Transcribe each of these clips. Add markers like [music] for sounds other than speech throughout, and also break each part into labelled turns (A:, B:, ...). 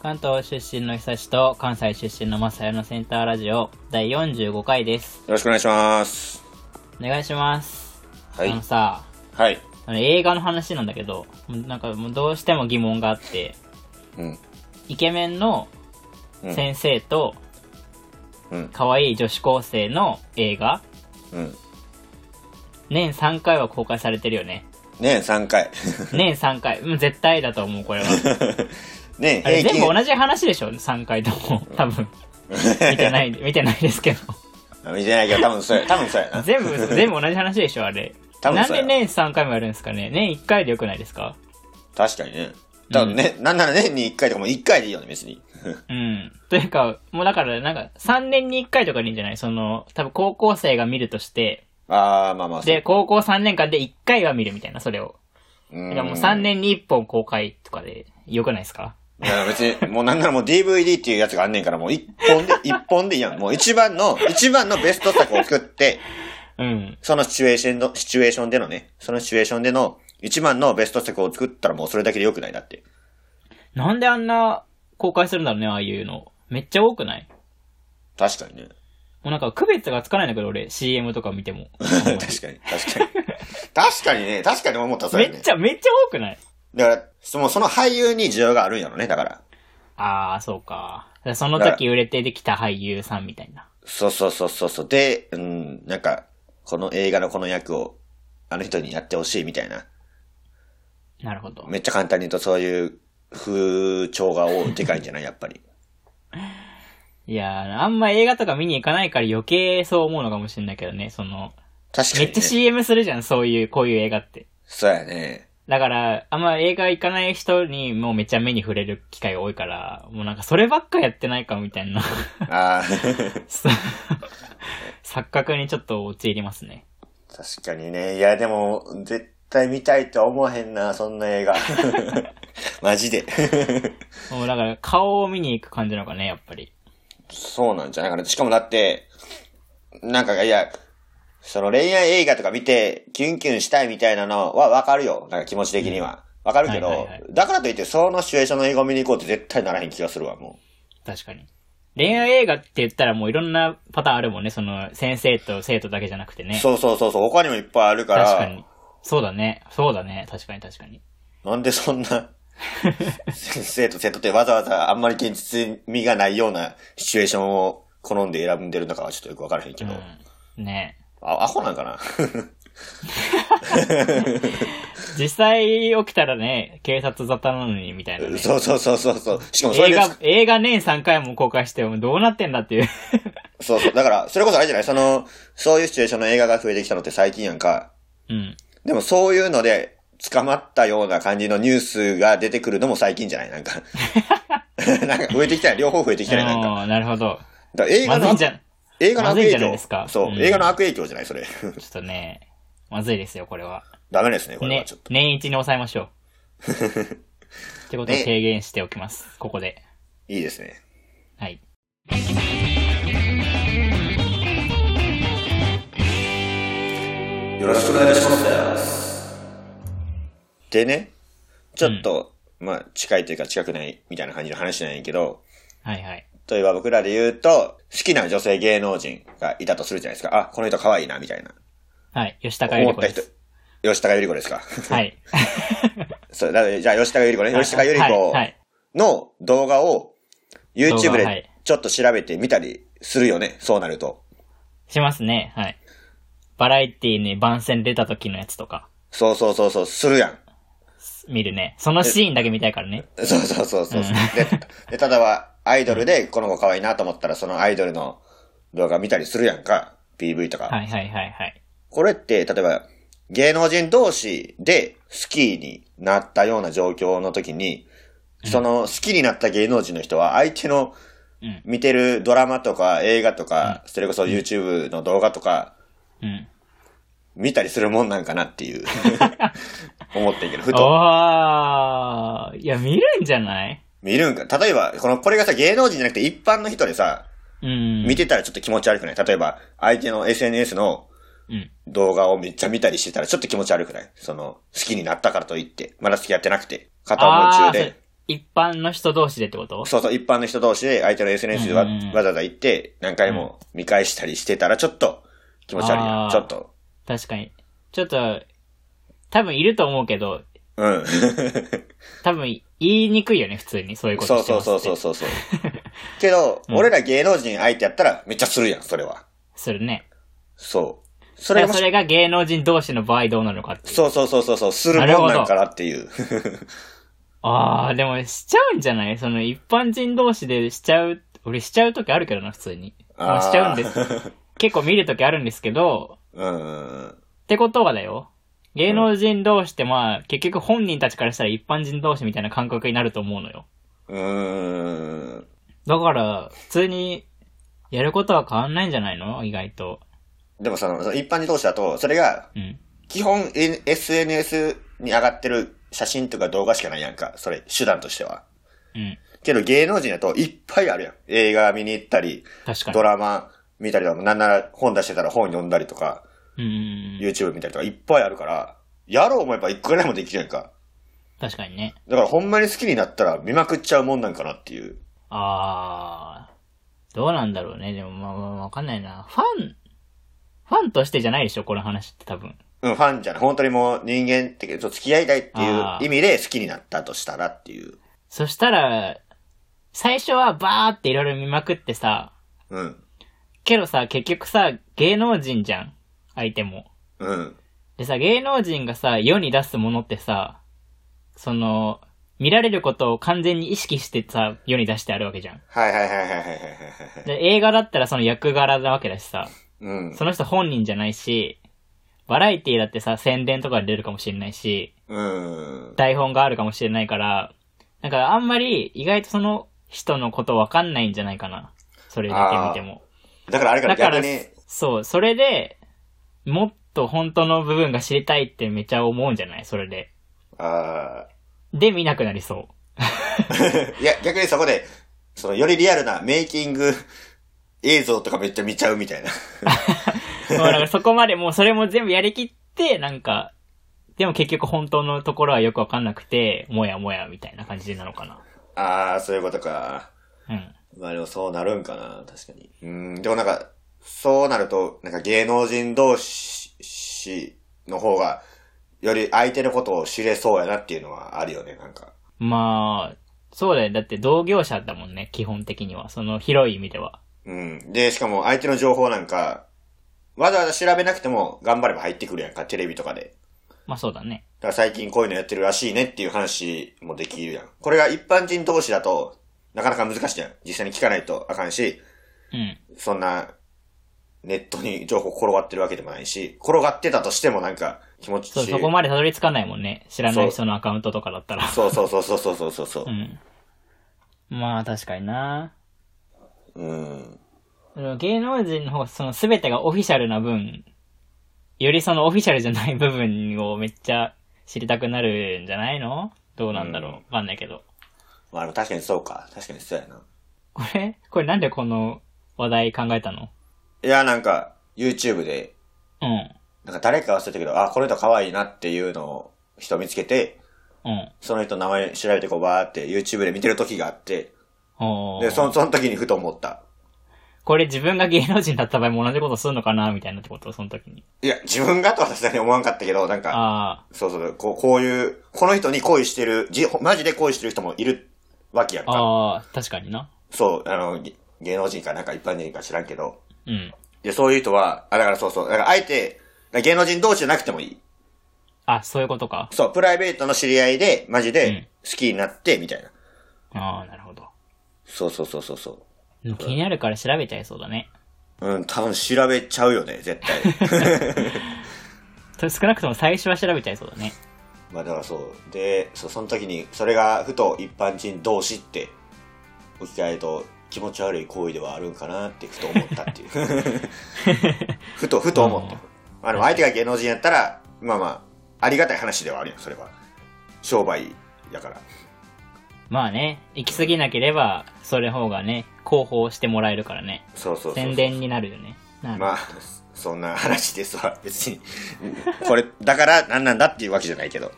A: 関東出身の久しと関西出身の正也のセンターラジオ第45回です。
B: よろしくお願いします。
A: お願いします。
B: はい
A: あのさ、
B: はい。
A: あの映画の話なんだけど、もうなんかもうどうしても疑問があって、
B: うん。
A: イケメンの
B: うん
A: 先生と
B: うん。
A: 可愛い女子高生の映画、
B: うん。
A: 年3回は公開されてるよ
B: [laughs]
A: ね。
B: 年3回。 [laughs]
A: 年3回。うん絶対だと思う、これは。
B: 年
A: あれ
B: 平均。
A: 全部同じ話でしょ ?3 回とも。多分。
B: [laughs]
A: 見てない、見てないですけど。
B: あ見てないけど、多
A: [laughs]
B: 分そうや。多分そうやな。
A: 全部、
B: [laughs]
A: 全部同じ話でしょ、あれ。
B: 多分
A: なん
B: そう
A: で
B: や
A: 年3回もやるんですかね年1回でよくないですか
B: 確かにね。多分ね、なんなら年に1回とかも1回でいいよね、別に。
A: うん。というか、もうだから、なんか、3年に1回とかでいいんじゃないその、多分高校生が見るとして、
B: あー、まあまあ、そう
A: で、、高校3年間で1回は見るみたいな、それを。
B: うん
A: だからもう3。年に1本公開とかで、よくないですか
B: いや、別に、もうなんならもう DVD っていうやつがあんねんから、もう1本で、 [laughs] 一本でいいやん。もう一番の、一番のベスト作を作って、
A: うん。
B: そのシチュエーションの、シチュエーションでのね、そのシチュエーションでの、一番のベスト作を作ったらもうそれだけでよくないだって。
A: なんであんな公開するんだろうね、ああいうの。めっちゃ多くない
B: 確かにね。
A: もうなんか区別がつかないんだけど、俺、CM とか見ても。
B: [laughs] 確かに、
A: [laughs]
B: 確かに。確かにね、確かに思った、そ
A: め
B: れ
A: っ
B: ね
A: ち。ゃ、めっちゃ多くない
B: だから、そのその俳優に需要があるんやろね、だから。
A: ああ、そうか。その時売れてできた俳優さんみたいな。
B: そうそうそうそうそう。で、うん、なんか、この映画のこの役を、あの人にやってほしいみたいな。
A: なるほど。
B: めっちゃ簡単に言うとそういう風潮が多い、でかいんじ
A: [laughs]
B: ゃないやっぱり。
A: いやー、あんま映画とか見に行かないから余計そう思うのかもしれないけどね、その、
B: 確か
A: め
B: に、
A: っ
B: ね。
A: ちゃ CM するじゃん、そういう、こういう映画って。
B: そうやね。
A: だから、あんま映画行かない人にもうめっちゃ目に触れる機会が多いから、もうなんかそればっかやってないかみたいな、 [laughs]
B: ああ、 [laughs] 確
A: そう錯覚にちょっと陥りますね。
B: かにね。いや、でも、絶対見たいとは思わへんな、そんな映画。 [laughs] マジで。
A: もうだから顔を見に行く感じなのかね、やっぱり。
B: そうなんじゃないかな。しかもだって、なんか、いや、その恋愛映画とか見て、キュンキュンしたいみたいなのはわかるよ。なんか気持ち的には。わかるけど、
A: はいはいはい
B: だからといって、そのシチュエーションの映画を見に行こうって絶対ならへん気がするわ、も
A: 確かに。恋愛映画って言ったらもういろんなパターンあるもんね、その先生と生徒だけじゃなくて
B: う。
A: ね。
B: そうそうそうそう、他にもいっぱいあるから、
A: 確かに。そうだね。そうだね。確かに確かに。
B: なんでそ
A: [laughs]
B: んな、先生と生徒ってわざわざあんまり現実味がないようなシチュエーションを好んで選んでるのかはちょっとよくわからへんけど、
A: うん。ね
B: あ、アホなん
A: [laughs]
B: かな
A: 実際起きたらね、警察沙汰なのにみたいなね。
B: そうそうそうそうそう。しかもそれ
A: 映
B: で
A: 画、映画年3回も公開して、もうどうなってんだっていう。 [laughs]
B: そうそう。だから、それこそあれじゃないその、そういうシチュエーションの映画が増えてきたのって最近やんか。
A: うん。
B: でもそういうので、捕まったような感じのニュースが出てくるのも最近じゃないな
A: [laughs]
B: んか。なんか増えてきたよ両方増えてきたよなんか。
A: おーなるほど。
B: だから映画
A: まず
B: の
A: いん、じゃん。
B: 映画の
A: まず
B: 悪
A: いん
B: 影
A: じゃない
B: 響。
A: ですか
B: そう、
A: うん
B: 映画の悪影響じゃないそれ。
A: ちょっとね、まずいですよ、これは。
B: ダメですね、これは
A: ね
B: ちょっ、と。
A: 年一に抑えましょう。
B: [laughs]
A: ってことを
B: ね
A: 提言しておきます。ここで。
B: いいですね。
A: はい。
B: よろしくお願いします。でね、ちょっと、まあ、近いというか近くないみたいな感じの話なんやけど、
A: はいはい。
B: 例えば僕らで言うと、好きな女性芸能人がいたとするじゃないですか。あ、この人可愛いな、みたいな。
A: はい。吉高由
B: 思
A: 里
B: っ
A: 子
B: た
A: で
B: 人
A: す。。
B: 吉高由里子ですか。
A: はい。
B: そう、だからじゃあ吉高由里子 [laughs] ね。吉高由里
A: はいは
B: 子
A: い。
B: の動画を YouTube
A: 動画はい
B: でちょっと調べてみたりするよね。そうなると。
A: しますね。はい。バラエティに番宣出た時のやつとか、
B: そうそうそうそう、するやん。
A: 見るね。そのシーンだけ見たいからね。
B: そうそうそうそう。
A: うん
B: で、でただはアイドルでこの子可愛いなと思ったらそのアイドルの動画見たりするやんか。PV とか。
A: はいはいはいはい。
B: これって、例えば、芸能人同士で好きになったような状況の時に、その好きになった芸能人の人は相手の
A: うん
B: 見てるドラマとか映画とか、それこそ YouTube の動画とか
A: うん。
B: 見たりするもんなんかなって
A: [laughs]
B: いう、思ってんけど、ふと
A: おーいや、見るんじゃない
B: 見るんか。例えば、この、これがさ、芸能人じゃなくて一般の人でさ、
A: うん。
B: 見てたらちょっと気持ち悪くない例えば、相手の SNS の
A: うん。
B: 動画をめっちゃ見たりしてたらちょっと気持ち悪くないその、好きになったからといって、まだ付き合ってなくて、片思い中
A: あーそれ
B: で。
A: 一般の人同士でってこと
B: そうそう、一般の人同士で相手の SNS わ,、
A: うんうんうん
B: わざわざ行って、何回も見返したりしてたら、ちょっと気持ち悪い
A: あ
B: な。
A: ー
B: ちょっと。
A: 確かに。ちょっと、多分いると思うけど、
B: うん。
A: 多分言いにくいよね、普通に。そういうこと
B: そう
A: して
B: そ
A: ま
B: う
A: す
B: そうそうそうそう。けど、
A: うん
B: 俺ら芸能人相手やったらめっちゃするやん、それは。
A: するね。
B: そう。そ
A: そ
B: れ
A: れ
B: がも
A: そ
B: し
A: れが芸能人同士の場合どうなのかっていう。
B: そうそうそうそうそう、するもんなんかなっていう。
A: ああ、でもしちゃうんじゃないその一般人同士でしちゃう、俺しちゃうときあるけどな、普通に。ま [laughs] あしちゃうん
B: [laughs]
A: です。
B: す。
A: 結構見るときあるんですけど、
B: うんうんうん。
A: ってことはだよ。芸能人同士ってまあ、結局本人たちからしたら一般人同士みたいな感覚になると思うのよ。
B: うーん。
A: だから、普通に、やることは変わんないんじゃないの意外と。
B: でもその、その一般に通してだと、それが、
A: うん。
B: 基本 N- SNS に上がってる写真とか動画しかないやんか。それ、手段としては。
A: うん。
B: けど芸能人だといっぱいあるやん。映画見に行ったり、
A: 確かに
B: ド。ラマ見たりとか、なんなら本出してたら本読んだりとか、
A: うんうんうん。
B: YouTube 見たりとかいっぱいあるから、やろう思えばいくらでもできるやんか。
A: 確かにね。
B: だからほんまに好きになったら見まくっちゃうもんなんかなっていう。
A: あー。どうなんだろうね。でも、まあまあ、わかんないな。ファン、ファンとしてじゃないでしょこの話って多分。
B: うん、ファンじゃない。本当にもう人間って、そう付き合いたいっていう
A: あー
B: 意味で好きになったとしたらっていう。
A: そしたら、最初はバーっていろいろ見まくってさ、
B: うん。
A: けどさ、結局さ、芸能人じゃん。相手も。
B: うん。
A: でさ、芸能人がさ、世に出すものってさ、その、見られることを完全に意識してさ、世に出してあるわけじゃん。
B: はいはいはいはいはいはいはいはい。
A: で映画だったらその役柄なわけだしさ、
B: うん。
A: その人本人じゃないし、バラエティだってさ、宣伝とかで出るかもしれないし、
B: うん。
A: 台本があるかもしれないから、なんかあんまり意外とその人のことわかんないんじゃないかな。それだけ見ても。
B: だからあれか
A: だ
B: ら
A: から
B: 逆に、、
A: そう、それで、もっと本当の部分が知りたいってめちゃ思うんじゃないそれで。
B: ああ。
A: で、見なくなりそう。
B: [laughs] いや、逆にそこで、その、よりリアルなメイキング映像とかめっちゃ見ちゃうみたいな。 [laughs]
A: もうだからそこまでもうそれも全部やりきって、なんか、でも結局本当のところはよくわかんなくて、もやもやみたいな感じなのかな。
B: ああ、そういうことか。
A: うん。
B: まあでもそうなるんかな、確かに。うん、でもなんか、そうなると、なんか芸能人同士の方が、より相手のことを知れそうやなっていうのはあるよね、なんか。
A: まあ、そうだよ。だって同業者だもんね、基本的には。その広い意味では。
B: うん。で、しかも相手の情報なんか、わざわざ調べなくても頑張れば入ってくるやんか、テレビとかで。
A: まあそうだね。
B: だから最近こういうのやってるらしいねっていう話もできるやん。これが一般人同士だと、なかなか難しいやん。実際に聞かないとあかんし、
A: うん。
B: そんな、ネットに情報転がってるわけでもないし、転がってたとしてもなんか気持ち
A: そう、そこまでたどり着かないもんね。知らない
B: そ
A: 人のアカウントとかだったら。
B: そうそうそうそうそうそうそうう。
A: ん。まあ確かにな。
B: うん。
A: でも芸能人の方がその全てがオフィシャルな分、よりそのオフィシャルじゃない部分をめっちゃ知りたくなるんじゃないのどうなんだろう
B: うん
A: わかんないけど。
B: まあでも確かにそうか。確かにそうやな。
A: これ、これなんでこの話題考えたの
B: いや、なんか、YouTube で、
A: うん。
B: なんか誰か忘れたけど、あ、この人可愛いなっていうのを、人見つけて、
A: うん。
B: その人の名前調べてこうバーって YouTube で見てる時があって、
A: おー
B: で、その、その時にふと思った。
A: これ自分が芸能人だった場合も同じことするのかなみたいなってことその時に。
B: いや、自分がとはさすがに思わんかったけど、なんか、
A: あ
B: そうそうこう、こういう、この人に恋してる、じ、マジで恋してる人もいるわけやん
A: あ、
B: か。
A: ああ、確かにな。
B: そう、あの、げ芸能人かなんか一般人か知らんけど。
A: うん。
B: で、そういう人は、あ、だからそうそう、だからあえて、だから芸能人同士じゃなくてもいい。
A: あ、そういうことか。
B: そう、プライベートの知り合いで、マジ
A: うん
B: で好きになって、みたいな。
A: ああ、なるほど。
B: そうそうそうそうそ
A: でも気になるから調べちゃいそうだね。
B: う。うん、多分調べちゃうよね、絶対。 [laughs]
A: と少なくとも最初は調べちゃいそうだね。
B: まあだからそう。で、そう、その時に、それがふと一般人同士って、置き換えると気持ち悪い行為ではあるんかなってふと思ったっていう。
A: [laughs]
B: ふと、ふと思った。
A: うん
B: まあでも相手が芸能人やったら、まあまあ、ありがたい話ではあるやん、それは。商売やから。
A: まあね、行き過ぎなければ、それ方がね、広報してもらえるからね。
B: そうそうそうそう。
A: 宣伝になるよね。なる
B: まあ、そんな話ですわ。別に、これ、だから何なんだっていうわけじゃないけど。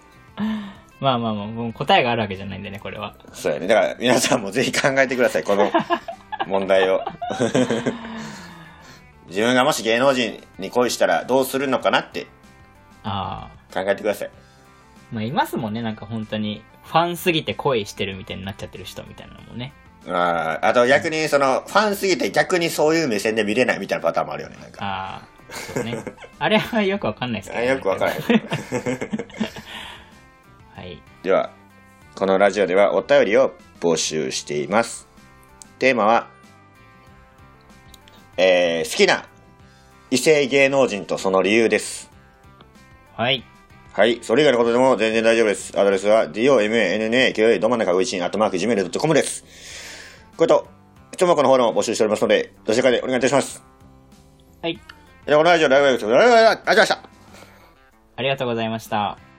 A: まあまあまあ、もう答えがあるわけじゃないんでね、これは。
B: そうやね。だから皆さんもぜひ考えてください、この問題を。自分がもし芸能人に恋したらどうするのかなって
A: ああ。
B: 考えてください。
A: まあ、いますもんね、なんか本当に、ファンすぎて恋してるみたいになっちゃってる人みたいなのもね。
B: あーあと逆にそのファンすぎて逆にそういう目線で見れないみたいなパターンもあるよねなんか
A: ああ。そうね。あれはよくわかんないですけ
B: [laughs] あ
A: ど、
B: よくわから
A: い。
B: ない
A: はい。
B: [laughs] ではこのラジオではお便りを募集していますテーマは、えー好きな異性芸能人とその理由です
A: はい。
B: はいそれ以外のことでも全然大丈夫ですアドレスは DOMANNAKA ど真ん中ういちんアットマーク Gmail.com ですこれと質問箱の方も募集しておりますのでどちらかでお願いいたします
A: はい。
B: ではこのラジオライブライブライブライブライブありがとうございました
A: ありがとうございました。